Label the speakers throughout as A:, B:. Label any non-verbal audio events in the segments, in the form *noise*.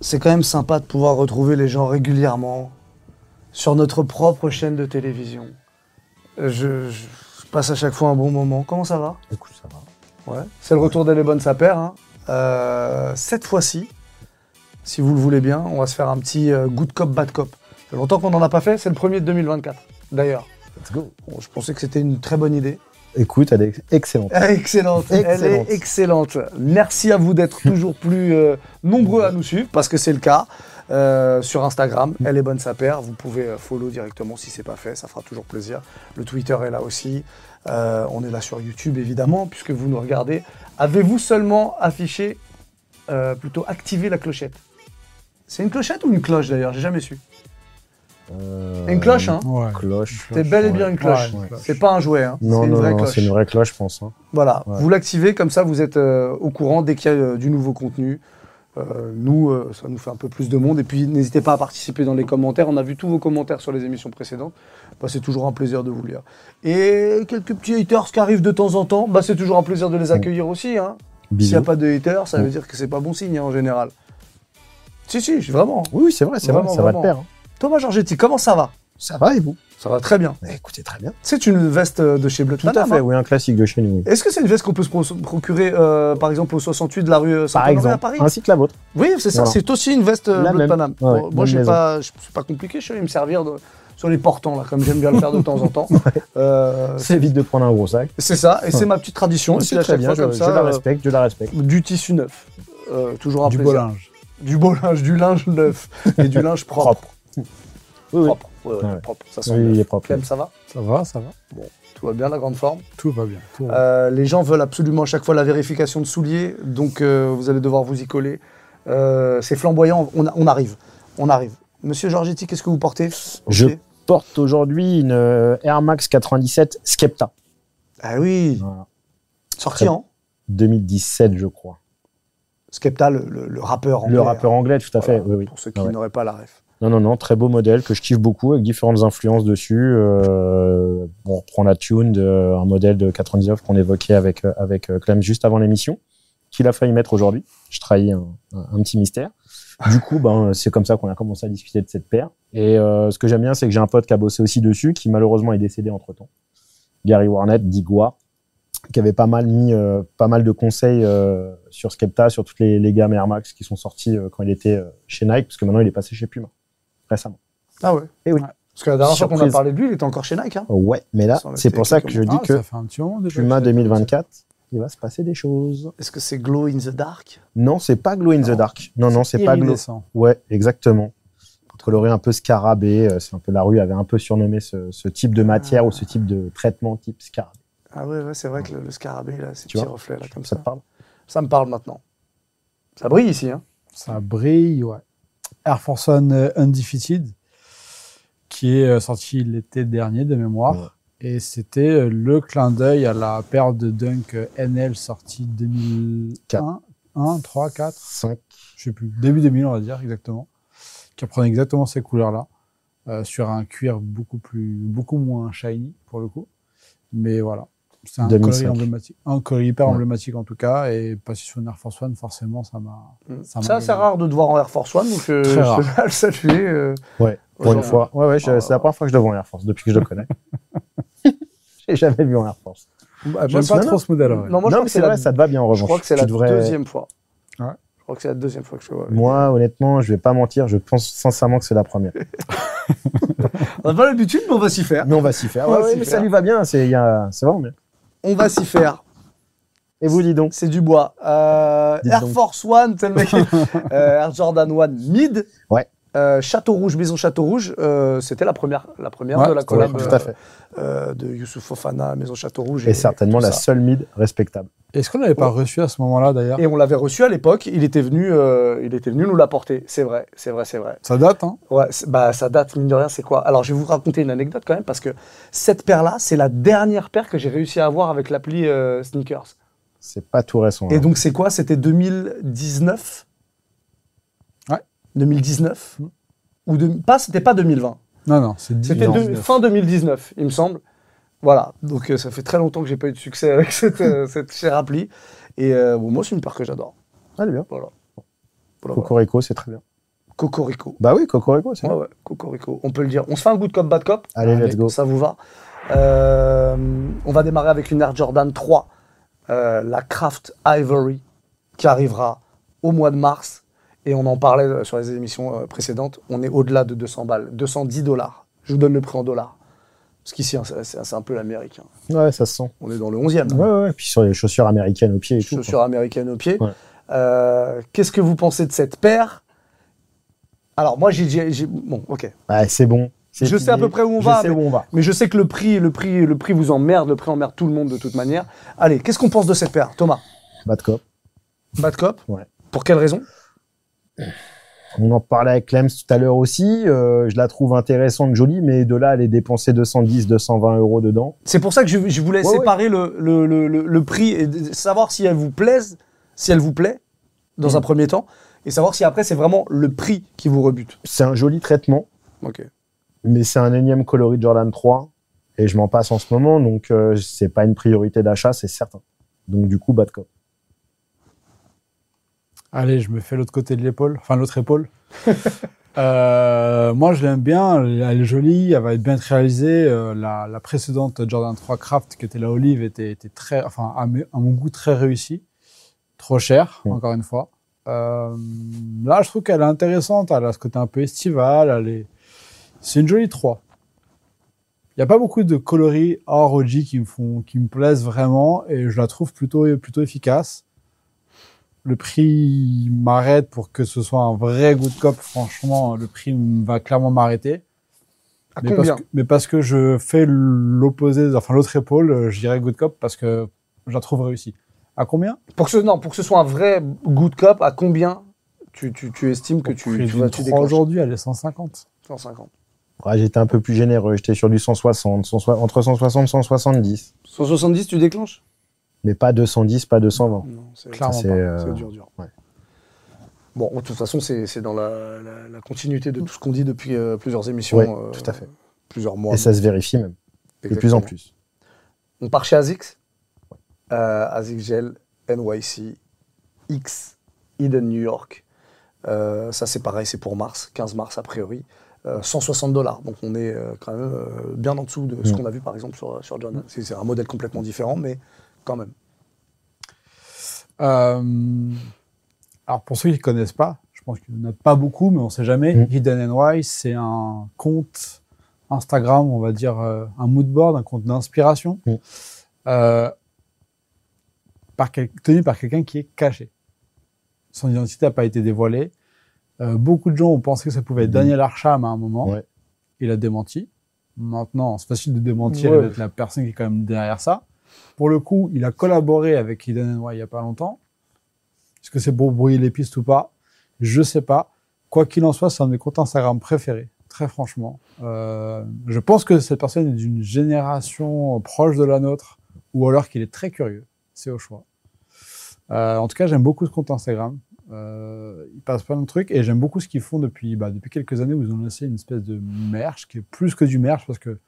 A: c'est quand même sympa de pouvoir retrouver les gens régulièrement sur notre propre chaîne de télévision. Euh, Je, je- je passe à chaque fois un bon moment. Comment ça va
B: Écoute, ça va.
A: Ouais. C'est le retour d'elle est bonne, sa paire. hein. Euh, cette fois-ci, si vous le voulez bien, on va se faire un petit euh, good cop, bad cop. Ça fait longtemps qu'on n'en a pas fait, c'est le premier de 2024, d'ailleurs.
B: Let's go.
A: Bon, je pensais que c'était une très bonne idée.
B: Écoute, elle est excellente.
A: Excellente. Elle est
B: Excellente.
A: excellente. Merci à vous
B: *laughs*
A: d'être toujours plus euh, nombreux à nous suivre, parce que c'est le cas. Euh, sur Instagram, elle est bonne sa paire. Vous pouvez euh, follow directement si c'est pas fait, ça fera toujours plaisir. Le Twitter est là aussi. Euh, on est là sur YouTube évidemment, puisque vous nous regardez. Avez-vous seulement affiché, euh, plutôt activé la clochette C'est une clochette ou une cloche d'ailleurs J'ai jamais su.
B: Euh,
A: Une cloche, hein
C: Ouais.
B: Cloche.
A: C'est bel et bien une cloche.
C: Ouais, ouais.
A: C'est pas un jouet, hein.
B: Non,
A: c'est une
B: non,
A: vraie
B: non,
A: cloche.
B: c'est une vraie cloche, je pense. hein.
A: Voilà,
B: Ouais.
A: vous l'activez, comme ça vous êtes euh, au courant dès qu'il y a euh, du nouveau contenu. Euh, nous, euh, ça nous fait un peu plus de monde. Et puis n'hésitez pas à participer dans les commentaires. On a vu tous vos commentaires sur les émissions précédentes. Bah, c'est toujours un plaisir de vous lire. Et quelques petits haters qui arrivent de temps en temps, bah, c'est toujours un plaisir de les accueillir aussi. Hein. S'il n'y a
B: Bisous.
A: pas de haters, ça veut
B: Mm.
A: dire que c'est pas bon signe hein, en général. Si, si, vraiment.
B: Oui, oui, c'est vrai, c'est vrai,
A: Vraiment,
B: ça va te
A: vraiment.
B: faire. hein.
A: Thomas Georgetti, comment ça va
B: Ça va et vous
A: Ça va très bien.
B: Bah, Écoutez, très bien.
A: C'est une veste euh, de chez Bleu
B: Tout à fait, oui, un classique de chez nous.
A: Est-ce que c'est une veste qu'on peut se pro- procurer, euh, par exemple, au 68 de la rue saint honoré
B: Par
A: à
B: exemple,
A: Paris
B: ainsi que la vôtre.
A: Oui, c'est ça.
B: Voilà.
A: C'est aussi une veste euh,
B: La
A: bleue de
B: même.
A: Paname.
B: Ouais, ouais,
A: Bon, moi,
B: même
A: je
B: maison.
A: pas, je- c'est pas compliqué. Je vais me servir de- sur les portants, là, comme j'aime bien le faire de temps en
B: *laughs*
A: temps. Euh,
B: C'est vite de prendre un gros sac.
A: c'est ça, et c'est ma petite tradition. aussi,
B: C'est
A: à
B: très
A: chaque
B: bien,
A: fois,
B: je,
A: comme
B: je
A: ça,
B: la
A: euh,
B: respecte, je la respecte.
A: du tissu neuf. Euh, toujours un
C: Du beau
A: plaisir.
C: linge.
A: Du beau linge, du linge
B: *laughs*
A: neuf et du linge propre.
B: Oui, oui.
A: Propre, ouais, ouais,
B: Ouais.
A: propre. Ça sent
B: Oui,
A: bien.
B: il est propre.
A: Clem, ça va
C: Ça va, ça va.
A: Tout va bien, la grande forme
C: Tout va bien. Tout va
A: Euh, les gens veulent absolument à chaque fois la vérification de souliers, donc euh, vous allez devoir vous y coller. Euh, c'est flamboyant, on, on arrive, on arrive. Monsieur Georgetti, qu'est-ce que vous portez au
B: Je
A: pied
B: porte aujourd'hui une euh, Air Max 97 Skepta.
A: Ah oui,
B: Voilà.
A: sorti hein. en
B: 2017, je crois.
A: Skepta, le, le- le rappeur anglais. hein.
B: Le rappeur anglais, tout à fait.
A: Voilà,
B: Oui, oui.
A: Pour ceux qui
B: Ah ouais.
A: n'auraient pas la ref.
B: Non, non, non, très beau modèle que je kiffe beaucoup avec différentes influences dessus. Euh, on reprend la Tune, de- un modèle de 99 qu'on évoquait avec, euh, avec euh, Clem juste avant l'émission, qu'il a failli mettre aujourd'hui. Je trahis un, un- un petit mystère. Du coup, ben, c'est comme ça qu'on a commencé à discuter de cette paire. Et euh, ce que j'aime bien, c'est que j'ai un pote qui a bossé aussi dessus, qui malheureusement est décédé entre temps. Gary Warnett, d'Igua, qui avait pas mal mis euh, pas mal de conseils euh, sur Skepta, sur toutes les, les gammes Air Max qui sont sorties euh, quand il était euh, chez Nike, parce que maintenant il est passé chez Puma récemment.
A: Ah ouais
B: Eh oui.
A: Ouais. Parce que la dernière fois qu'on a
B: Surprise.
A: parlé de lui, il était encore chez Nike. hein.
B: Ouais, mais là,
A: Sans la
B: c'est pour ça que je
C: bien.
B: dis
C: Ah,
B: que
C: ça fait un petit moment déjà.
B: Puma 2024, il va se passer des choses.
A: Est-ce que c'est Glow in the Dark
B: Non, c'est pas Glow in the
C: Non.
B: Dark. Non, non, c'est pas Glow.
C: Iridescent.
B: Ouais, exactement. Coloré un peu scarabée, euh, c'est un peu la rue avait un peu surnommé ce, ce type de matière ou ce type de traitement type scarabée.
A: Ah ouais, ouais, c'est vrai que le, le scarabée, là, ces
B: Tu
A: petits
B: vois
A: reflets, là, comme
B: Ça
A: ça.
B: te parle
A: Ça me parle maintenant. Ça brille ici, hein
C: Ça brille, ouais. Air Force One euh, Undefeated, qui est euh, sorti l'été dernier de mémoire. Et c'était euh, le clin d'œil à la paire de Dunk euh, NL sortie 2001,
B: Quatre.
C: 1, 3, 4.
B: 5.
C: je sais plus, début 2000 on va dire exactement, qui reprenait exactement ces couleurs-là, euh, sur un cuir beaucoup plus, beaucoup moins shiny pour le coup. Mais voilà, c'est un
B: 2005.
C: coloris emblématique, un coloris hyper
B: Ouais.
C: emblématique en tout cas, et passer sur une Air Force One, forcément, ça m'a. Ça
A: Ça,
C: m'a
A: c'est
C: donné-
A: rare de te voir en Air Force One, donc euh,
C: Très
A: je
C: rare.
A: tenais à le saluer. euh,
B: Ouais, pour une
A: aujourd'hui.
B: fois. Ouais, ouais, je-
A: Oh.
B: c'est la première fois que je le vois en Air Force depuis que je le
A: *laughs*
B: connais. J'ai jamais vu en Air Force.
A: Bah,
C: J'aime
B: Non,
C: pas
B: non.
C: trop ce modèle. ouais.
A: Non, moi, je
B: non,
A: crois
B: mais
A: que c'est
B: c'est vrai,
A: la,
B: ça te va bien en revanche.
A: je crois que c'est la
B: Tu devrais-
A: deuxième fois.
C: Ouais.
A: Je crois que c'est la deuxième fois que je le vois. oui.
B: Moi, honnêtement, je vais pas mentir, je pense sincèrement que c'est la première.
A: On n'a pas l'habitude, mais on va s'y faire.
B: Mais on va s'y faire.
A: On
B: Ouais,
A: va
B: ouais,
A: s'y
B: mais
A: faire.
B: ça lui va bien, c'est il y a- c'est vraiment bien.
A: On va s'y faire.
B: Et vous, dis donc
A: C'est du bois. Euh,
B: Dites
A: Air
B: donc.
A: Force One, c'est le mec. *laughs* euh, Air Jordan One Mid.
B: Ouais.
A: Euh, Château Rouge, Maison Château Rouge, euh, c'était la première, la première
C: Ouais,
A: de la
B: Ouais,
A: collab
B: Tout à fait.
A: euh, de Youssouf Fofana, Maison Château Rouge.
B: Et certainement
A: tout
B: la
A: ça.
B: seule mid respectable.
C: Est-ce qu'on l'avait pas reçu à ce moment-là d'ailleurs
A: Et on l'avait reçu à l'époque, il était venu, euh, il était venu nous l'apporter. C'est vrai, c'est vrai, c'est vrai.
C: Ça date, hein
A: Ouais, c'est- bah ça date, mine de rien, c'est quoi Alors je vais vous raconter une anecdote quand même, parce que cette paire-là, c'est la dernière paire que j'ai réussi à avoir avec l'appli euh, Sneakers.
B: C'est pas tout récent.
A: Et
B: hein.
A: donc c'est quoi C'était 2019
C: Ouais.
A: 2019
C: Mm.
A: Ou de... pas, c'était pas 2020.
C: Non, non, c'est
A: C'était
C: 19.
A: de- fin 2019, il me semble. Voilà, donc euh, ça fait très longtemps que j'ai pas eu de succès avec *laughs* cette, euh, cette chère appli. Et euh, bon, moi, c'est une paire que j'adore.
B: Allez bien.
A: Voilà, voilà.
B: Cocorico, c'est très bien.
A: Cocorico.
B: Bah oui, Cocorico, c'est
A: Ouais, ouais, Cocorico. On peut le dire. On se fait un good cop, bad cop
B: Allez,
C: Allez.
B: let's go.
A: Ça vous va Euh, On va démarrer avec une Air Jordan 3, euh, la Craft Ivory, qui arrivera au mois de mars. Et on en parlait euh, sur les émissions euh, précédentes. On est au-delà de 200 balles, 210 dollars. Je vous donne le prix en dollars. Parce qu'ici, hein, c'est- c'est c'est un peu l'américain.
B: Ouais, ça se sent.
A: On est dans le 11e.
B: Ouais, ouais, ouais. Puis sur les chaussures américaines aux pieds et tout.
A: chaussures américaines aux pieds.
B: Ouais.
A: Euh, Qu'est-ce que vous pensez de cette paire Alors, moi, j'ai- j'ai. j'ai- Bon, ok.
B: quoi. Ouais, c'est bon. C'est
A: Je sais à
B: fini.
A: peu près où on
B: Je
A: va,
B: sais
A: mais-
B: où on va.
A: Mais je sais que le prix, le prix, le prix vous emmerde, le prix emmerde tout le monde de toute manière. Allez, qu'est-ce qu'on pense de cette paire, Thomas
B: Bad cop.
A: Bad cop.
B: Ouais.
A: Pour quelle raison
B: On en parlait avec Clems tout à l'heure aussi. euh, je la trouve intéressante, jolie, mais de là, à aller dépenser 210, 220 euros dedans.
A: C'est pour ça que je, je voulais
B: Ouais,
A: séparer Le, le, le, le, le prix et de- savoir si elle vous plaise, si elle vous plaît, dans un premier temps, et savoir si après c'est vraiment le prix qui vous rebute.
B: C'est un joli traitement,
A: Ok.
B: mais c'est un énième coloris de Jordan 3. Et je m'en passe en ce moment, donc euh, c'est pas une priorité d'achat, c'est certain. Donc du coup, bad cop.
C: Allez, je me fais l'autre côté de l'épaule, enfin l'autre épaule. *laughs* Euh, moi, je l'aime bien, elle est jolie, elle va être bien réalisée. Euh, la, la précédente Jordan 3 Craft, qui était la olive, était, était très, enfin, à, mes- à mon goût, très réussie. Trop chère,
B: Mm.
C: encore une fois. Euh, là, je trouve qu'elle est intéressante, elle a ce côté un peu estival, elle est... C'est une jolie 3. Il n'y a pas beaucoup de coloris hors OG qui me font, qui me plaisent vraiment et je la trouve plutôt, plutôt efficace. Le prix m'arrête pour que ce soit un vrai good cop. Franchement, le prix m- va clairement m'arrêter.
A: À
C: Mais, parce
A: combien
C: que- mais parce que je fais l'opposé, enfin l'autre épaule, euh, je dirais good cop parce que je la trouve réussie. À combien
A: Pour que ce non, pour que ce soit un vrai good cop, à combien tu, tu, tu estimes que tu,
C: Prix
A: tu
C: d'une
A: vas tu
C: 3
A: déclenches
C: aujourd'hui, elle est 150.
A: 150,
B: Ouais, j'étais un peu plus généreux, j'étais sur du 160, 160, entre 160 et 170.
A: 170, tu déclenches
B: Mais pas 210, pas 220.
A: Non, c'est
C: Clairement
B: Ça, c'est,
C: pas.
B: euh,
A: C'est dur, dur.
B: ouais.
A: Bon, de toute façon, c'est c'est dans la, la- la continuité de tout ce qu'on dit depuis euh, plusieurs émissions.
B: Ouais,
A: euh,
B: tout à fait.
A: Plusieurs mois.
B: Et ça se vérifie même, de plus en
A: exactement.
B: plus.
A: On part chez ASICS. Euh, ASICS Gel, NYC, X, Eden New York. Euh, ça, c'est pareil, c'est pour mars, 15 mars a priori. Euh, 160 dollars. Donc, on est euh, quand même euh, bien en dessous de ce
B: Mm.
A: qu'on a vu par exemple sur, sur Jordan. C'est c'est un modèle complètement différent, mais quand même.
C: Euh, alors pour ceux qui ne connaissent pas, je pense qu'il n'y en a pas beaucoup, mais on ne sait jamais.
B: Mm.
C: Hidden NY, c'est un compte Instagram, on va dire euh, un mood board, un compte d'inspiration,
B: Mm.
C: euh, par quel- tenu par quelqu'un qui est caché. Son identité n'a pas été dévoilée. Euh, beaucoup de gens ont pensé que ça pouvait être
B: Mm.
C: Daniel Arsham à un moment.
B: Ouais.
C: Il a démenti. Maintenant, c'est facile de démentir
A: Ouais.
C: et d'être la personne qui est quand même derrière ça. Pour le coup, il a collaboré avec Hidden NY il n'y a pas longtemps. Est-ce que c'est pour brouiller les pistes ou pas Je sais pas. Quoi qu'il en soit, c'est un de mes comptes Instagram préférés, très franchement. Euh, je pense que cette personne est d'une génération proche de la nôtre, ou alors qu'il est très curieux. C'est au choix. Euh, en tout cas, j'aime beaucoup ce compte Instagram. Euh, ils passent plein de trucs et j'aime beaucoup ce qu'ils font depuis, bah, depuis quelques années où ils ont lancé une espèce de merch qui est plus que du merch parce que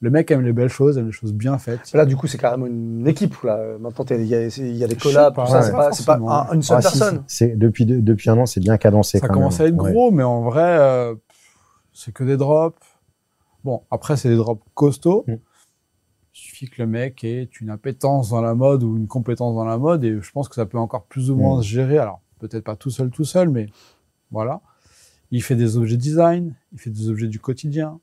C: le mec aime les belles choses, aime les choses bien faites.
A: Là, du coup, c'est carrément une équipe. Là. Maintenant, t'es- il y, a- il y a des
C: Je sais
A: collabs,
C: pas,
A: tout ça.
B: ouais.
A: C'est pas, c'est pas
C: Forcément.
A: un- une seule
B: Ah, si,
A: personne.
B: si, c'est- depuis, de- depuis un an, c'est bien cadencé.
C: Ça
B: quand
C: commence
B: même.
C: à être
B: Ouais.
C: gros, mais en vrai, euh, pff, c'est que des drops. Bon, après, c'est des drops costauds.
B: Mm.
C: suffit que le mec ait une appétence dans la mode ou une compétence dans la mode, et je pense que ça peut encore plus ou moins
B: Mm.
C: se gérer. Alors, peut-être pas tout seul, tout seul, mais voilà. Il fait des objets design, il fait des objets du quotidien,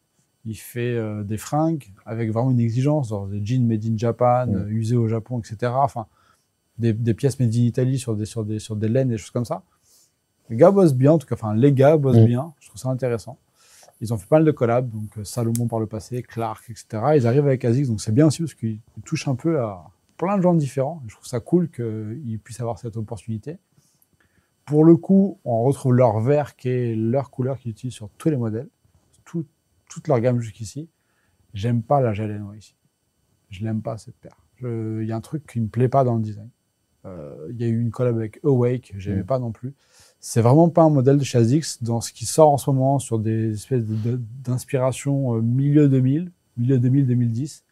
C: il fait euh, des fringues avec vraiment une exigence, genre des jeans made in Japan,
B: Mm.
C: euh, usés au Japon, etc. Enfin, des, des pièces made in Italy sur des, sur des, sur des laines, des choses comme ça. Les gars bossent bien, en tout cas, enfin, les gars bossent
B: Mm.
C: bien, je trouve ça intéressant. Ils ont fait pas mal de collabs, donc euh, Salomon par le passé, Clark, etc. Ils arrivent avec ASICS, donc c'est bien aussi parce qu'ils touchent un peu à plein de gens différents. Je trouve ça cool qu'ils puissent avoir cette opportunité. Pour le coup, on retrouve leur vert qui est leur couleur qu'ils utilisent sur tous les modèles, tout- toute leur gamme jusqu'ici. J'aime pas la Jaleno ici. Je l'aime pas cette paire. Je- Il y a un truc qui me plaît pas dans le design. Euh, Il y a eu une collab avec Awake, j'aimais
B: Mm.
C: pas non plus. C'est vraiment pas un modèle de chez ASICS dans ce qui sort en ce moment sur des espèces de- de- d'inspiration euh, milieu 2000, milieu 2000, 2010.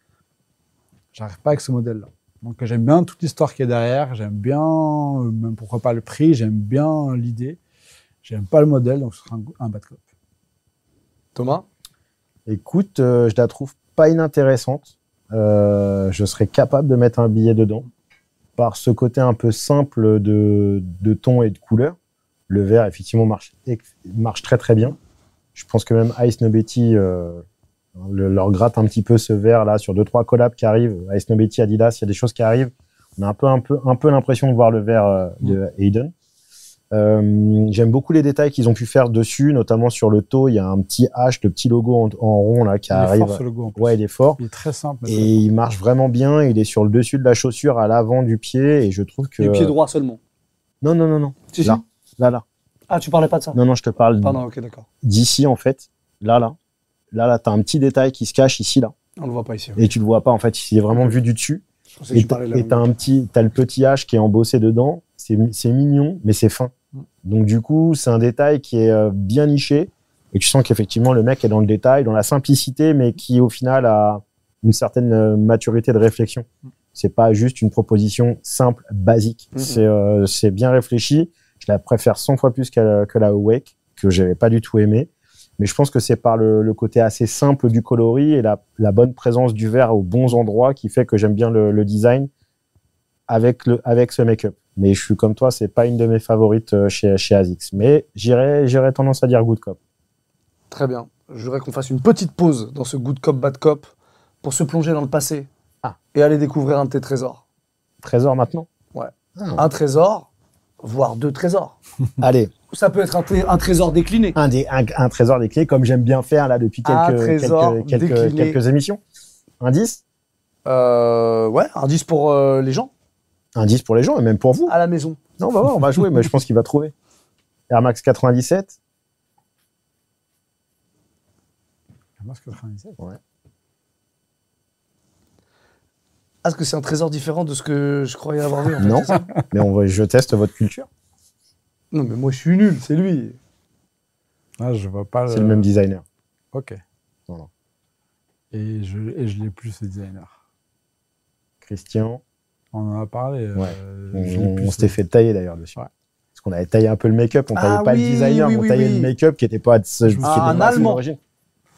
C: J'arrive pas avec ce modèle-là. Donc euh, j'aime bien toute l'histoire qui est derrière, j'aime bien, euh, même pourquoi pas le prix, j'aime bien l'idée. J'aime pas le modèle, donc ce sera un, un bad cop.
A: Thomas
B: Écoute, euh, je la trouve pas inintéressante. Euh, je serais capable de mettre un billet dedans. Par ce côté un peu simple de, de ton et de couleur, le vert effectivement marche, ex- marche très très bien. Je pense que même Ice Nobety euh, le- leur gratte un petit peu ce vert là sur deux trois collabs qui arrivent. Ice Nobety, Adidas, il y a des choses qui arrivent. On a un peu un peu un peu l'impression de voir le vert euh,
C: Mm.
B: de Hayden. Euh, J'aime beaucoup les détails qu'ils ont pu faire dessus, notamment sur le taux. Il y a un petit H, le petit logo en, en rond là qui
C: il est
B: arrive.
C: fort ce logo en plus.
B: Ouais, il est fort.
C: Il est très simple.
B: Et il marche vraiment bien. Il est sur le dessus de la chaussure, à l'avant du pied, et je trouve que.
A: Du pied droit seulement.
B: Non, non, non, non.
A: Si, si.
B: Là, là, là.
A: Ah, tu parlais pas de ça
B: Non, non, je te parle
A: Pardon, ok, d'accord.
B: d'ici en fait. Là, là. Là, là, t'as un petit détail qui se cache ici, là.
A: On le voit pas ici. ouais.
B: Et tu le vois pas en fait. Il est vraiment vu du dessus.
A: Je pensais que
B: Et
A: tu
B: t'as
A: parlais de la
B: et
A: même.
B: t'as un petit, t'as le petit H qui est embossé dedans. C'est mi- c'est mignon, mais c'est fin.
A: Mm.
B: Donc du coup, c'est un détail qui est euh, bien niché et tu sens qu'effectivement le mec est dans le détail, dans la simplicité, mais qui au final a une certaine euh, maturité de réflexion.
A: Mm.
B: C'est pas juste une proposition simple, basique.
A: Mhm.
B: C'est euh, c'est bien réfléchi. Je la préfère 100 fois plus qu'à- que la Awake, que j'avais pas du tout aimé. Mais je pense que c'est par le, le côté assez simple du coloris et la, la bonne présence du vert aux bons endroits qui fait que j'aime bien le, le design avec, le, avec ce make-up. Mais je suis comme toi, c'est pas une de mes favorites euh, chez, chez ASICS. Mais j'irais j'irais tendance à dire Good Cop.
A: Très bien. Je voudrais qu'on fasse une petite pause dans ce good cop, bad cop pour se plonger dans le passé
B: Ah.
A: et aller découvrir un de tes trésors.
B: Trésor maintenant
A: Un trésor, voire deux trésors.
B: Allez,
A: Ça peut être un, tré- un trésor décliné.
B: un, des, un, un trésor des clés, comme j'aime bien faire là depuis
A: Un
B: quelques,
A: trésor
B: quelques, quelques,
A: décliné.
B: quelques émissions. Indice
A: Euh, ouais, un 10 pour euh, les gens
B: Indice pour les gens et même pour vous.
A: à la maison.
B: Non, on va voir, on va jouer, mais je pense qu'il va trouver. Air Max 97
C: Air Max 97.
A: Ah, Est-ce que c'est un trésor différent de ce que je croyais avoir vu en fait
B: Non, mais on va, je teste votre culture.
A: Non, mais moi je suis nul, c'est lui.
C: Ah, je vois pas.
B: C'est le même designer.
C: Ok.
B: Voilà.
C: Et je, et je l'ai plus ce designer.
B: Christian,
C: On en a parlé. euh,
B: Ouais. on,
C: je l'ai
B: on
C: plus, euh,
B: s'était
C: ce-
B: fait tailler d'ailleurs dessus. Parce qu'on avait taillé un peu le make-up, on
A: Ah
B: taillait pas
A: oui,
B: le designer,
A: oui,
B: mais on
A: oui,
B: taillait
A: oui. Ah,
B: le make-up qui était pas de ce- qui était
A: un
B: pas de
A: Allemand.
B: l'origine.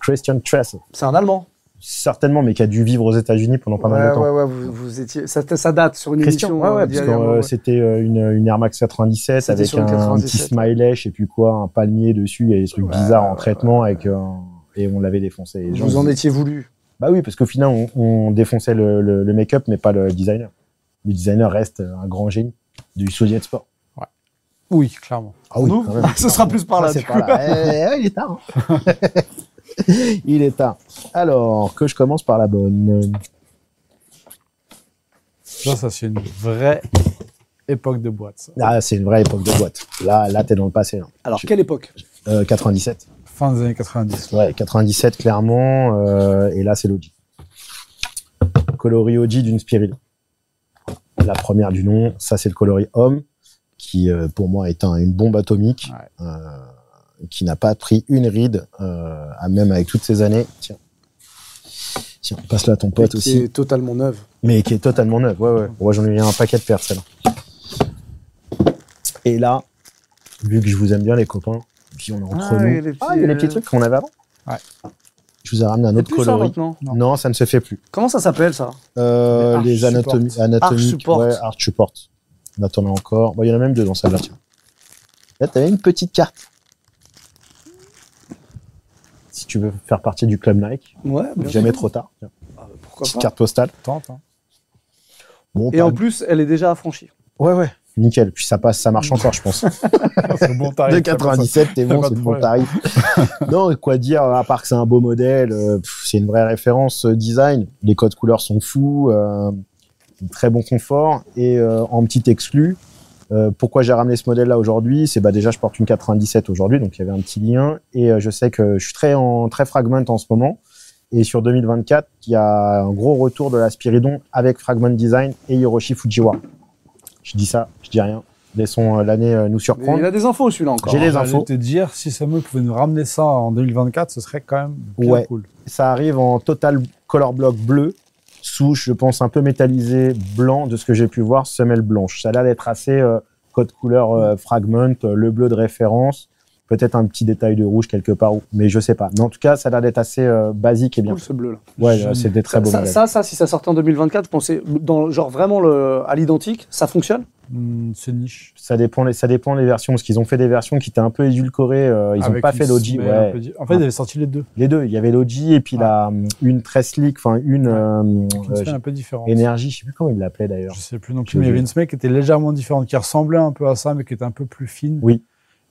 B: Christian Tress,
A: C'est un Allemand.
B: certainement, mais qui a dû vivre aux États-Unis pendant pas mal
A: ouais,
B: de temps.
A: ouais, ouais, vous, vous étiez. Ça, ça date sur une
B: Christian,
A: émission.
B: ouais,
A: euh,
B: ouais,
A: d'il y
B: parce
A: a
B: que
A: un moment,
B: euh,
A: ouais.
B: c'était euh, une, une Air Max 97
A: C'était
B: avec
A: sur
B: un,
A: une
B: petit
A: 97,
B: smiley, je sais plus quoi, un palmier dessus, il y a des trucs
A: Ouais,
B: bizarres
A: ouais,
B: en
A: ouais,
B: traitement avec un- et on l'avait défoncé. Et les gens
A: Vous en
B: disaient-
A: étiez voulu.
B: Bah oui, parce qu'au final, on, on défonçait le, le- le make-up, mais pas le designer. Le designer reste un grand génie du Soviet Sport.
C: Oui, clairement.
B: Ah
A: Nous,
B: quand même.
A: *laughs* ce sera plus par là.
B: Ah, c'est
A: du
B: par
A: coup.
B: là. Eh, eh, il est tard. hein. *laughs* il est tard. Alors, que je commence par la bonne.
C: Ça, ça c'est une vraie époque de boîte. ça.
B: Ah, c'est une vraie époque de boîte. Là, là, t'es dans le passé. hein.
A: Alors, quelle époque
B: Euh, 97.
C: Fin des années 90.
B: Ouais, 97 clairement. euh, et là, c'est l'Oji. Coloris Oji d'une Spirito. La première du nom, ça c'est le coloris homme, qui euh, pour moi est un- une bombe atomique,
C: Ouais.
B: euh, qui n'a pas pris une ride, euh, à même avec toutes ces années. Tiens, tiens, passe là à ton pote
A: Qui
B: aussi.
A: est totalement neuve.
B: mais qui est totalement neuve. Ouais, ouais. Moi, j'en ai eu un paquet de paires, celle-là. Et là, vu que je vous aime bien, les copains, puis on est entre
A: Ah,
B: nous.
A: il y a les petits,
B: ah, il y a les petits
A: euh,
B: trucs qu'on avait avant.
C: Ouais.
B: Je vous ai ramené un
A: C'est
B: autre
A: plus ça hein.
B: coloris.
A: maintenant.
C: Non.
B: non, ça ne se fait plus.
A: Comment ça s'appelle ça
B: Euh,
C: Les
B: les
C: Arch
B: anatomies,
C: Support.
A: Arch
B: anatomiques,
A: Support.
B: ouais, Arch Support. On en a encore. Bon, Il y en a même deux dans celle-là. tiens. Là, tu avais une petite carte. Si tu veux faire partie du club Nike,
A: Ouais, bien
B: jamais
A: sûr.
B: trop tard. Tiens,
A: Ah, pourquoi
B: Petite
A: pas.
B: carte postale.
C: Tente. hein.
B: Bon,
A: Et
B: pas-
A: en plus, elle est déjà affranchie.
B: Ouais, ouais. Nickel. Puis ça passe, ça marche encore, je pense.
C: C'est bon tarif.
B: De
C: ça, pour ça.
B: 97,
C: *laughs*
B: t'es bon,
C: pas
B: c'est
C: de
B: le bon
C: problème.
B: tarif.
C: *laughs*
B: non, quoi dire, à part que c'est un beau modèle, euh, pff, c'est une vraie référence euh, design. Les codes couleurs sont fous, euh, très bon confort. Et euh, en petit exclu, euh, pourquoi j'ai ramené ce modèle-là aujourd'hui C'est bah déjà, je porte une 97 aujourd'hui, donc il y avait un petit lien. Et euh, je sais que je suis très, en, très fragment en ce moment. Et sur 2024, il y a un gros retour de la Spiridon avec Fragment Design et Hiroshi Fujiwara. Je dis ça, je dis rien. Laissons euh, l'année euh, nous
A: Mais il
B: surprendre.
A: a des infos celui-là encore.
B: J'ai les
C: J'allais
B: infos.
C: te dire, si Samuel pouvait nous ramener ça en 2024, ce serait quand même bien
B: Ouais.
C: cool.
B: Ça arrive en total color block bleu, souche, je pense, un peu métallisée, blanc, de ce que j'ai pu voir, semelle blanche. Ça a l'air d'être assez euh, code couleur euh, fragment, euh, le bleu de référence. Peut-être un petit détail de rouge quelque part, ou- mais je sais pas. Mais en tout cas, ça a l'air d'être assez euh, basique et bien.
A: Cool ce bleu là.
B: Ouais,
C: Je-
B: euh, c'est des très
A: Ça,
B: beaux
A: ça,
B: modèles.
A: ça, si ça sortait en 2024, je pensais, dans, genre vraiment le, à l'identique, ça fonctionne
C: Hmm, c'est niche.
B: Ça dépend, les, ça dépend les versions, parce qu'ils ont fait des versions qui étaient un peu édulcorées. euh, ils n'ont
C: Avec
B: pas
C: une
B: fait l'OG.
C: semelle
B: ouais.
C: un peu di- En fait, ils avaient sorti les deux.
B: Les deux, il y avait l'OG et puis
C: Ouais.
B: la, hum, une Tress Leak, enfin une euh,
C: Avec une
B: euh,
C: semelle un peu différente.
B: énergie, je sais plus comment il l'appelait d'ailleurs.
C: Je sais plus non plus,
B: J'ai
C: mais il y
B: oublié.
C: avait une semelle qui était légèrement différente, qui ressemblait un peu à ça, mais qui était un peu plus fine.
B: Oui.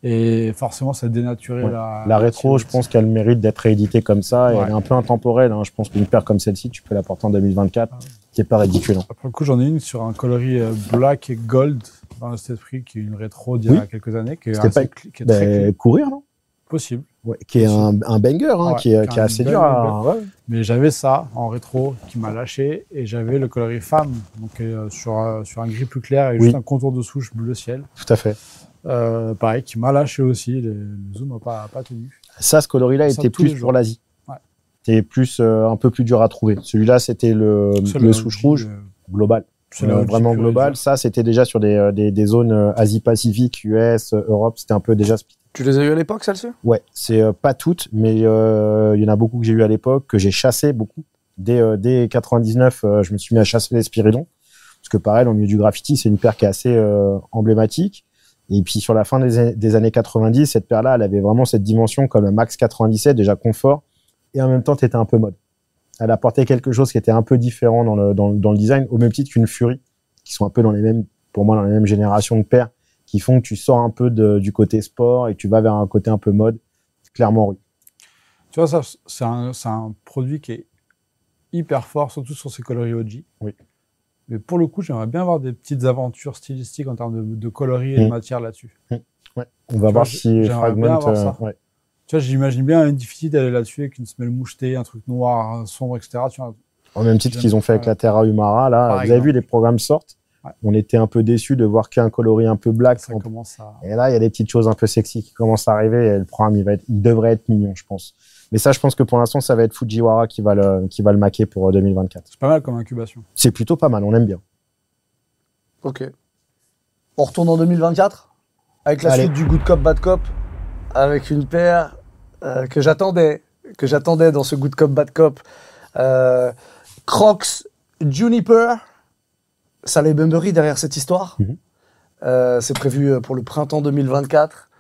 C: Et forcément, ça dénaturait
B: Ouais.
C: la.
B: La rétro, je
C: silhouette.
B: pense qu'elle mérite d'être rééditée comme ça. et
C: Ouais.
B: Elle est un peu intemporelle. hein. Je pense qu'une paire comme celle-ci, tu peux la porter en 2024,
C: Ah.
B: qui est pas ridicule. hein.
C: Après Bah, le coup, j'en ai une sur un coloris euh, black et gold dans cet esprit qui est une rétro d'il y a
B: Oui.
C: quelques années, qui est,
B: C'était
C: assez
B: pas-
C: cl- qui est très
B: Ben,
C: clean,
B: courir, non
C: possible.
B: Ouais, Qui est un, un banger, hein,
C: Ouais,
B: qui, est,
C: qui
B: qui est
C: a un
B: assez
C: bel
B: dur à. ouais.
C: Mais j'avais ça en rétro qui m'a lâché et j'avais le coloris femme, donc euh, sur, euh, sur un gris plus clair et
B: Oui.
C: juste un contour de souche bleu ciel.
B: Tout à fait.
C: Euh, pareil, qui m'a lâché aussi. Le, le zoom n'a pas, pas tenu.
B: Ça, ce coloris-là
C: Ça,
B: était
C: tous les
B: plus
C: jours.
B: pour l'Asie.
C: Ouais.
B: C'était plus euh, un peu plus dur à trouver. Celui-là, c'était le,
C: C'est
B: le
C: OG,
B: souche rouge
C: euh,
B: global.
C: c'est
B: Euh,
C: le OG
B: vraiment
C: pur et
B: global.
C: dur.
B: Ça, c'était déjà sur des, euh, des, des zones euh, Asie-Pacifique, US, euh, Europe. C'était un peu déjà split.
A: Tu les as eu à l'époque, celles-ci
B: Ouais, c'est euh, pas toutes, mais euh, il y en a beaucoup que j'ai eu à l'époque, que j'ai chassé beaucoup. Dès, euh, dès 99, euh, je me suis mis à chasser les spiridons. Parce que pareil, dans le milieu du graffiti, c'est une paire qui est assez euh, emblématique. Et puis sur la fin des, a- des années 90, cette paire-là, elle avait vraiment cette dimension comme un Max 97, déjà confort. Et en même temps, t'étais un peu mode. Elle apportait quelque chose qui était un peu différent dans le, dans, le- dans le design, au même titre qu'une Fury, qui sont un peu dans les mêmes, pour moi, dans les mêmes générations de paires, qui font que tu sors un peu de- du côté sport et que tu vas vers un côté un peu mode clairement rue.
C: Tu vois, ça, c'est un, c'est un produit qui est hyper fort, surtout sur ses coloris OG.
B: Oui.
C: Mais pour le coup, j'aimerais bien avoir des petites aventures stylistiques en termes de, de coloris et de
B: Mm.
C: matière là-dessus.
B: On va
C: Tu vois,
B: voir si
C: j'aimerais
B: Fragment.
C: bien
B: euh,
C: avoir ça.
B: ouais.
C: Tu vois, j'imagine bien une difficile aller là-dessus avec une semelle mouchetée, un truc noir, un sombre, etc. Tu vois,
B: En même titre
C: J'aime
B: qu'ils ont fait avec
C: pas.
B: la Terra Humara, là,
C: Par
B: vous avez
C: exemple.
B: vu, les programmes sortent.
C: Ouais.
B: On était un peu déçus de voir qu'un coloris un peu black.
C: ça
B: en-
C: commence à.
B: Et là, il y a des petites choses un peu sexy qui commencent à arriver. Et le programme, il, va être- il devrait être mignon, je pense. Mais ça, je pense que pour l'instant, ça va être Fujiwara qui va le, qui va le maquer pour euh, 2024.
C: C'est pas mal comme incubation.
B: C'est plutôt pas mal, on aime bien.
A: Ok. On retourne en 2024 avec la
B: Allez.
A: suite du Good Cop Bad Cop avec une paire euh, que j'attendais que j'attendais dans ce Good Cop Bad Cop Euh, Crocs Juniper Saleh Bumbery derrière cette histoire.
B: Mhm.
A: Euh, c'est prévu euh, pour le printemps 2024.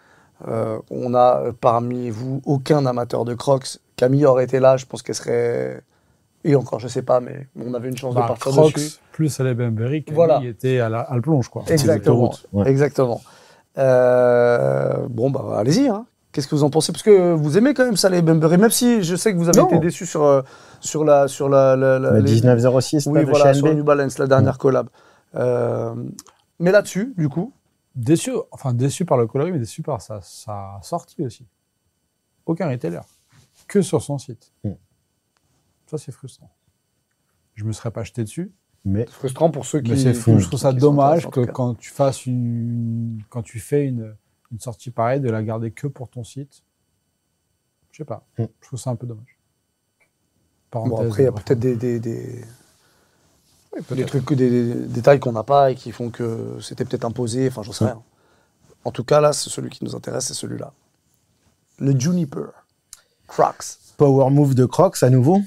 A: Euh, on a euh, parmi vous aucun amateur de Crocs. Camille aurait été là, je pense qu'elle serait et encore je sais pas mais on avait une chance de
C: Bah,
A: partir
C: Crocs
A: dessus.
C: plus à Berry,
A: Voilà.
C: qui était à la, à la plonge, quoi.
A: Exactement.
B: autoroutes, ouais.
A: Exactement. Euh, bon, bah, allez-y. hein. Qu'est-ce que vous en pensez Parce que vous aimez quand même ça, les Bumbery, même si je sais que vous avez
B: Non.
A: été déçus sur, euh, sur la. Sur la, la-
C: euh,
A: la-
B: Le
A: les-
B: 1906,
A: oui,
B: là, de
A: voilà,
B: chez Mm.
A: sur
B: NB.
A: New Balance, la dernière collab. Euh, mais là-dessus, du coup,
C: Déçu, enfin déçu par le coloris, mais déçu par sa, sa sortie aussi. Aucun retailer. Que sur son site.
B: Mm.
C: Ça, c'est frustrant. Je me serais pas jeté dessus.
B: Mais
A: c'est frustrant pour ceux
C: Mais
A: qui.
C: c'est fou. Je trouve ça
A: qui
C: dommage que
A: s'intéressent, en tout cas.
C: quand tu fasses une, quand tu fais une, une sortie pareille, de la garder que pour ton site. Je sais pas.
B: Mm.
C: Je trouve ça un peu dommage.
A: Bon,
C: Parenthèse,
A: après, il y a
C: bref.
A: peut-être des, des, des,
C: Oui, peut-être.
A: des trucs, des, des détails qu'on n'a pas et qui font que c'était peut-être imposé. Enfin, j'en sais
B: Mm.
A: rien. En tout cas, là, c'est celui qui nous intéresse, c'est celui-là. Le Juniper. Crocs.
B: power move de Crocs à nouveau.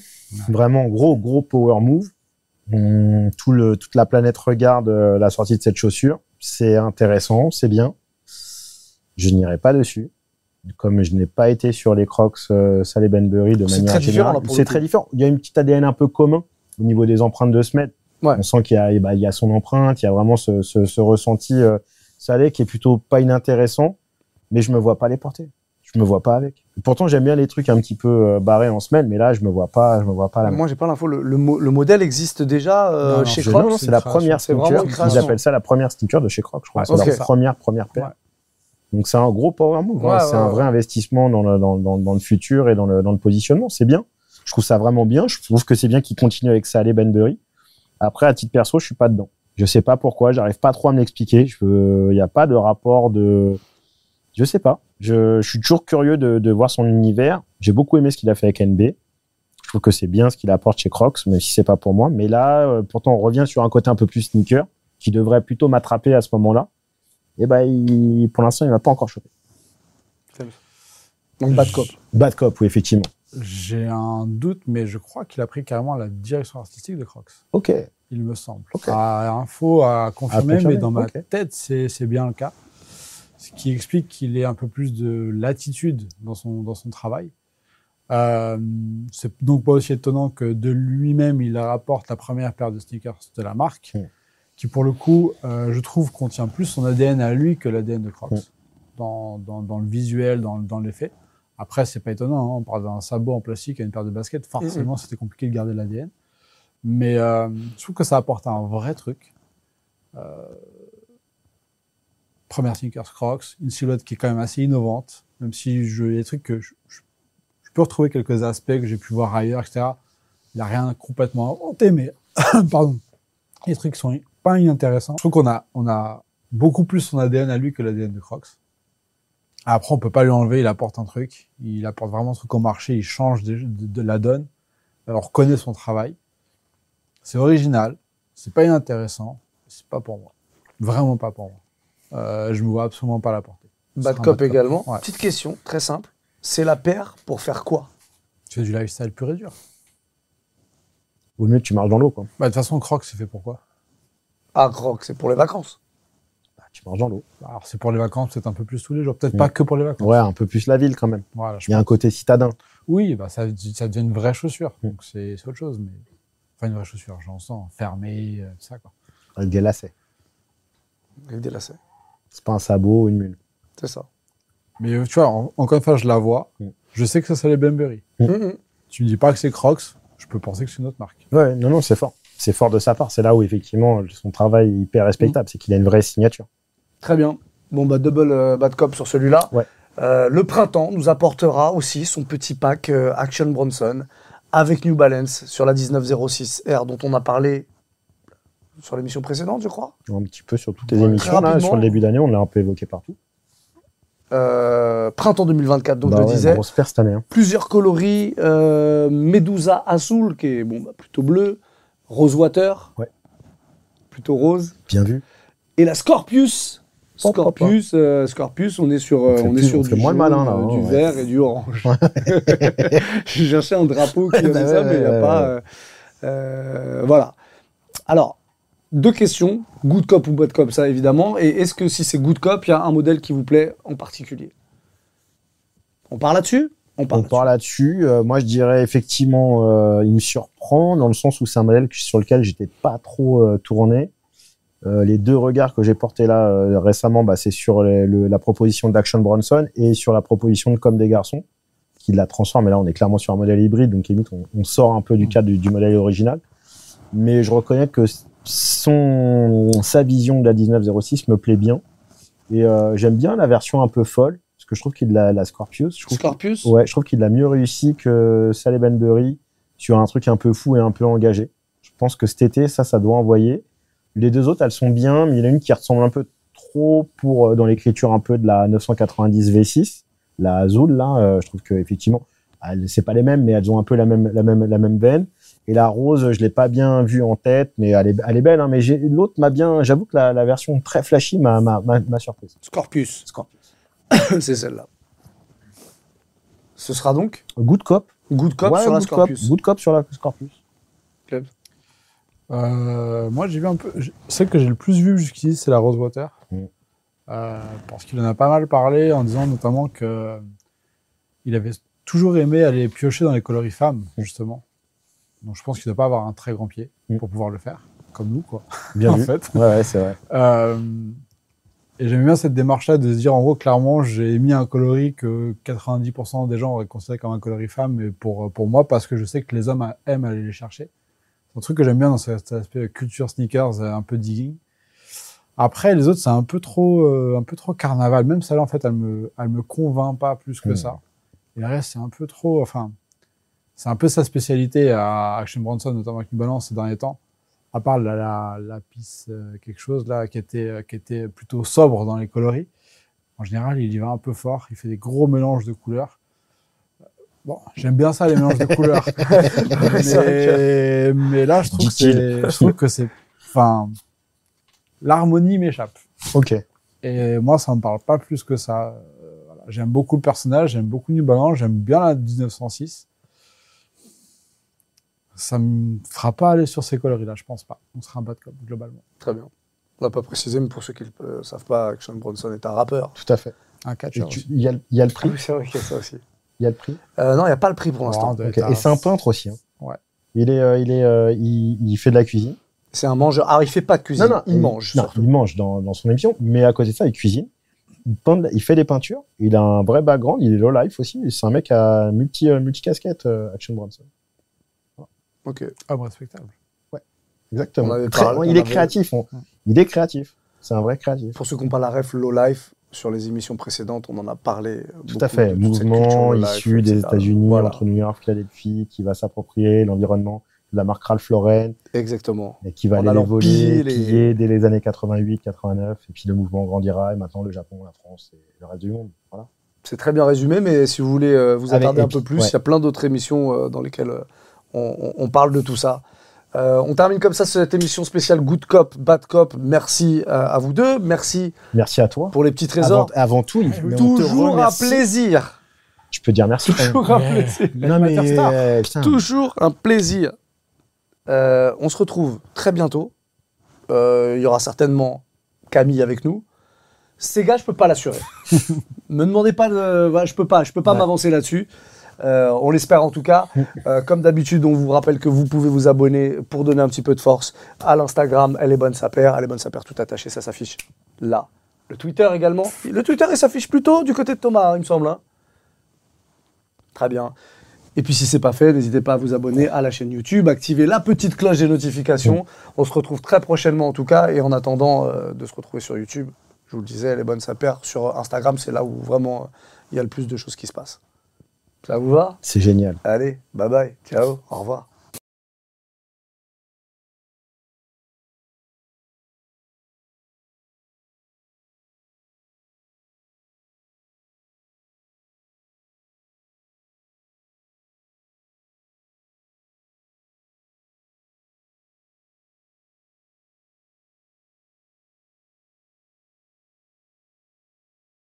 B: Vraiment gros, gros power move. On- tout le, toute la planète regarde euh, la sortie de cette chaussure. C'est intéressant, c'est bien. Je n'irai pas dessus. Comme je n'ai pas été sur les Crocs euh, Salé Benbury de
A: C'est
B: manière
A: très différent,
B: générale.
A: là, pour le
B: C'est
A: coup.
B: très différent. Il y a une petite ADN un peu commun au niveau des empreintes de semelles.
A: Ouais.
B: On sent qu'il y a, eh ben, il y a son empreinte, il y a vraiment ce, ce- ce ressenti euh, salé qui est plutôt pas inintéressant, mais je me vois pas les porter. Je me vois pas avec. Pourtant, j'aime bien les trucs un petit peu euh, barrés en semaine, mais là, je me vois pas, je me vois pas la
A: Moi, j'ai pas l'info. Le, le mo- le modèle existe déjà euh,
C: Non, non,
A: chez
B: Je-
A: Crocs.
B: non, non,
C: c'est
B: c'est
C: une
B: la
C: création.
B: première
A: C'est
B: sneaker.
A: vraiment une
B: Ils
A: création.
B: appellent ça la première sneaker de chez Crocs, je crois.
C: Ouais,
B: c'est
A: ok.
B: leur première, première paire.
C: Ouais.
B: Donc, c'est un gros power move. hein.
A: Ouais,
B: c'est
A: ouais,
B: un
A: ouais.
B: vrai investissement dans le, dans, dans- dans le futur et dans le, dans le positionnement. C'est bien. Je trouve ça vraiment bien. Je trouve que c'est bien qu'ils continuent avec ça à Benbury. Après, à titre perso, je suis pas dedans. Je sais pas pourquoi. J'arrive pas trop à me l'expliquer. Je veux- Il n'y a pas de rapport de. Je sais pas. Je, je suis toujours curieux de, de voir son univers. J'ai beaucoup aimé ce qu'il a fait avec NB. Je trouve que c'est bien ce qu'il apporte chez Crocs, même si c'est pas pour moi. Mais là, euh, pourtant, on revient sur un côté un peu plus sneaker qui Eh devrait plutôt m'attraper à ce moment-là. Et ben, il- pour l'instant, il m'a pas encore chopé.
A: Donc Bad Cop.
B: Bad Cop, oui, effectivement.
C: J'ai un doute, mais je crois qu'il a pris carrément la direction artistique de Crocs,
B: Ok.
C: il me semble.
B: Ok.
C: À info à confirmer,
B: confirmer,
C: mais dans ma
B: ok.
C: tête, c'est c'est bien le cas. Ce qui explique qu'il ait un peu plus de latitude dans son, dans son travail. Euh, c'est donc pas aussi étonnant que de lui-même, il rapporte la première paire de sneakers de la marque,
B: Mm.
C: qui pour le coup, euh, je trouve, contient plus son ADN à lui que l'ADN de Crocs,
B: Mm.
C: dans, dans, dans le visuel, dans, dans les faits. Après, c'est pas étonnant, hein, on parle d'un sabot en plastique à une paire de baskets, forcément, c'était compliqué de garder l'ADN. Mais euh, je trouve que ça apporte un vrai truc. Euh, première sneakers Crocs, une silhouette qui est quand même assez innovante, même si je, il y a des trucs que je- je je peux retrouver quelques aspects que j'ai pu voir ailleurs, etc. Il n'y a rien complètement inventé, mais *coughs* pardon, les trucs qui sont pas inintéressants. Je trouve qu'on a, on a beaucoup plus son ADN à lui que l'ADN de Crocs. Après, on peut pas lui enlever, il apporte un truc. Il apporte vraiment un truc au marché, il change de, de- de la donne. Alors, on reconnaît son travail. C'est original, c'est pas inintéressant, c'est pas pour moi. Vraiment pas pour moi. Euh, je me vois absolument pas la porter. Ce
A: Bad
C: sera un
A: Cop également.
C: Ouais.
A: Petite question, très simple. C'est la paire pour faire quoi
C: C'est du lifestyle pur et dur.
B: Au mieux, tu marches dans l'eau, quoi.
C: Bah, De toute façon, Crocs, c'est fait pour quoi
A: Ah, Crocs, c'est pour les vacances.
B: Bah, tu marches dans l'eau.
C: Alors, c'est pour les vacances, peut-être un peu plus tous les jours. Peut-être
B: Mm.
C: pas que pour les vacances.
B: Ouais, un peu plus la ville, quand même.
C: Voilà, je-
B: Il y a un côté citadin.
C: Oui, bah, ça, ça devient une vraie chaussure.
B: Mm.
C: Donc, c'est c'est autre chose. Mais... Enfin, une vraie chaussure, j'en sens. Fermée, euh, tout ça, quoi.
B: Avec des lacets.
A: Avec des lacets.
B: C'est pas un sabot ou une mule.
A: C'est ça.
C: Mais euh, tu vois, en- encore une fois, je la vois.
B: Mm.
C: Je sais que ça, c'est les Bembury.
A: Mhm.
C: Tu me dis pas que c'est Crocs, je peux penser que c'est une autre marque.
B: Ouais, non, non, c'est fort. C'est fort de sa part. C'est là où, effectivement, son travail est hyper respectable.
A: Mm.
B: C'est qu'il a une vraie signature.
A: Très bien. Bon, bah, double euh, bad cop sur celui-là.
B: Ouais.
A: Euh, le printemps nous apportera aussi son petit pack euh, Action Bronson avec New Balance sur la 1906R dont on a parlé sur l'émission précédente, je crois.
B: Un petit peu sur toutes les
A: Ouais,
B: émissions, là.
A: rapidement.
B: Sur le début d'année, on l'a un peu évoqué partout.
A: Euh, printemps 2024, donc
B: Bah
A: je
B: ouais,
A: le disais.
B: Grosse paire cette année. hein.
A: Plusieurs coloris. euh, Medusa Azul, qui est bon, bah, plutôt bleu. Rosewater,
B: Ouais.
A: plutôt rose.
B: Bien vu.
A: Et la Scorpius.
B: Pop, pop, pop.
A: Scorpius, euh, Scorpius, on est sur, euh,
B: On fait
A: on est
B: plus-
A: sur
B: on
A: du
B: fait moins le
A: jaune,
B: malin, là,
A: euh,
B: hein,
A: du
B: ouais.
A: vert et du orange. *laughs* J'ai cherché un drapeau qui avait
B: Bah ouais,
A: ça, mais il n'y a
B: ouais,
A: pas. euh, euh, voilà. Alors, deux questions. Good cop ou bad cop, ça évidemment. Et est-ce que si c'est good cop, il y a un modèle qui vous plaît en particulier On part là-dessus On part.
B: On
A: là-dessus.
B: part là-dessus. Euh, moi, je dirais effectivement, euh, il me surprend dans le sens où c'est un modèle que- sur lequel j'étais pas trop euh, tourné. Euh, les deux regards que j'ai portés là euh, récemment, bah, c'est sur les- le- la proposition d'Action Bronson et sur la proposition de Comme des garçons, qui la transforme. Et là, on est clairement sur un modèle hybride, donc limite, on, on sort un peu du cadre du, du modèle original. Mais je reconnais que son, sa vision de la 1906 me plaît bien. Et euh, j'aime bien la version un peu folle, parce que je trouve qu'il la, la Scorpius. Je trouve
A: Scorpius
B: Ouais, je trouve qu'il a mieux réussi que Saleh Benbury sur un truc un peu fou et un peu engagé. Je pense que cet été, ça, ça doit envoyer. Les deux autres, elles sont bien, mais il y en a une qui ressemble un peu trop pour euh, dans l'écriture un peu de la 990 V6, la Azul là. euh, je trouve que effectivement, elles- c'est pas les mêmes, mais elles ont un peu la même la même la même veine. Et la rose, je l'ai pas bien vue en tête, mais elle est, elle est belle. Hein, mais j'ai- l'autre m'a bien. J'avoue que la, la version très flashy m'a m'a m'a- m'a surprise.
A: Scorpius. *coughs* c'est celle-là. Ce sera donc
B: Good cop.
A: Good cop
B: Ouais,
A: sur la
B: good
A: Scorpius.
B: Cop, good cop sur la Scorpius.
C: Euh, moi, j'ai vu un peu. j'ai- Celle que j'ai le plus vue jusqu'ici, c'est la Rosewater.
B: Mm.
C: Euh, parce qu'il en a pas mal parlé en disant notamment que il avait toujours aimé aller piocher dans les coloris femmes, justement. Donc, je pense qu'il doit pas avoir un très grand pied
B: Mm.
C: pour pouvoir le faire, comme nous, quoi.
B: Bien
C: *laughs* en
B: vu.
C: fait.
B: Ouais, ouais, c'est vrai.
C: Euh, et j'aime bien cette démarche-là de se dire, en gros, clairement, j'ai mis un coloris que 90% des gens auraient considéré comme un coloris femme, mais pour, pour moi, parce que je sais que les hommes a- aiment aller les chercher. C'est un truc que j'aime bien dans cet aspect culture sneakers, euh, un peu digging. Après, les autres, c'est un peu trop, euh, un peu trop carnaval. Même celle-là, en fait, elle me, elle me convainc pas plus que
B: Hmm.
C: ça. Et le reste, c'est un peu trop, enfin, c'est un peu sa spécialité à Action Bronson, notamment avec New Balance ces derniers temps à part la, la, la pisse euh, quelque chose là qui était euh, qui était plutôt sobre dans les coloris. En général, il y va un peu fort, il fait des gros mélanges de couleurs. Bon, j'aime bien ça les mélanges de couleurs. mais, mais là, je trouve que
B: Dit-il.
C: c'est je trouve que c'est enfin l'harmonie m'échappe.
B: Ok.
C: Et moi, ça me parle pas plus que ça. Euh, voilà. J'aime beaucoup le personnage, j'aime beaucoup New Balance, j'aime bien la 1906. Ça me fera pas aller sur ces coloris-là, je pense pas. On sera un bas de cop, globalement.
A: Très bien. On l'a pas précisé, mais pour ceux qui ne savent pas, Action Bronson est un rappeur.
B: Tout à fait.
C: Un
B: Et
C: catcher.
B: tu- Il y, a- il y a le prix.
A: Ah Oui, c'est vrai qu'il y a ça aussi.
B: Il y a le prix.
A: Euh, non, il n'y a pas le prix pour l'instant.
C: Ouais,
B: Ah, Ok.
C: t'as-
B: Et c'est un peintre aussi. hein.
C: Ouais.
B: Il est, euh, il est, euh, il, il fait de la cuisine.
A: C'est un mangeur. Ah, il fait pas de cuisine. il mange
B: non,
A: surtout.
B: il mange dans, dans son émission, mais à côté de ça, il cuisine. Il, peint de- il fait des peintures. Il a un vrai background. Il est low life aussi. C'est un mec à multi, euh, multi-casquette, euh, Action Bronson.
A: Ok.
C: Homme respectable.
A: On
B: Exactement.
A: avait
B: Cré-
A: parlé-
B: il,
A: on
B: est
A: avait-
B: créatif, on- il est créatif. C'est un vrai créatif.
A: Pour ceux qui n'ont pas la ref, Low Life, sur les émissions précédentes, on en a parlé.
B: Tout à fait. Mouvement issu des États-Unis,
A: Voilà.
B: entre New York, Philadelphie, qui va s'approprier l'environnement de la marque Ralph Lauren
A: Exactement.
B: et qui va
A: En
B: aller les
A: allant
B: voler,
A: piller les-
B: piller dès les années 88, 89. Et puis le mouvement grandira. Et maintenant, le Japon, la France et le reste du monde. Voilà.
A: C'est très bien résumé, mais si vous voulez euh, vous
B: Avec
A: attarder un
B: Epi,
A: peu plus, il
B: ouais.
A: y a plein d'autres émissions euh, dans lesquelles euh, on, on- on parle de tout ça. Euh, on termine comme ça cette émission spéciale Good Cop, Bad Cop. Merci euh, à vous deux. Merci
B: Merci à toi.
A: pour les petits trésors.
B: Avant, avant tout, il- mais on te
A: Toujours un
B: remercie.
A: plaisir.
B: Je peux dire merci. quand même.
A: Toujours un
C: Ouais.
A: plaisir.
B: Non, mais,
C: L'animateur star.
B: euh, putain,
A: Toujours un plaisir. Euh, on se retrouve très bientôt. Euh, Il y aura certainement Camille avec nous. Sega, je peux pas
B: *laughs*
A: l'assurer. Me demandez pas de, voilà, je peux pas, je peux pas
B: Ouais.
A: m'avancer là-dessus. Euh, on l'espère en tout
B: *laughs*
A: cas. Euh, comme d'habitude, on vous rappelle que vous pouvez vous abonner pour donner un petit peu de force à l'Instagram. Elle est bonne sa paire, elle est bonne sa paire tout attaché, ça s'affiche là. Le Twitter également. Le Twitter, il s'affiche plutôt du côté de Thomas, hein, il me semble. hein. Très bien. Et puis si c'est pas fait, n'hésitez pas à vous abonner à la chaîne YouTube, activer la petite cloche des notifications. On se retrouve très prochainement en tout cas. Et en attendant euh, de se retrouver sur YouTube, je vous le disais, les bonnes sapères sur Instagram, c'est là où vraiment euh, il y a le plus de choses qui se passent. Ça vous va
B: C'est génial.
A: Allez, bye bye, ciao, au revoir.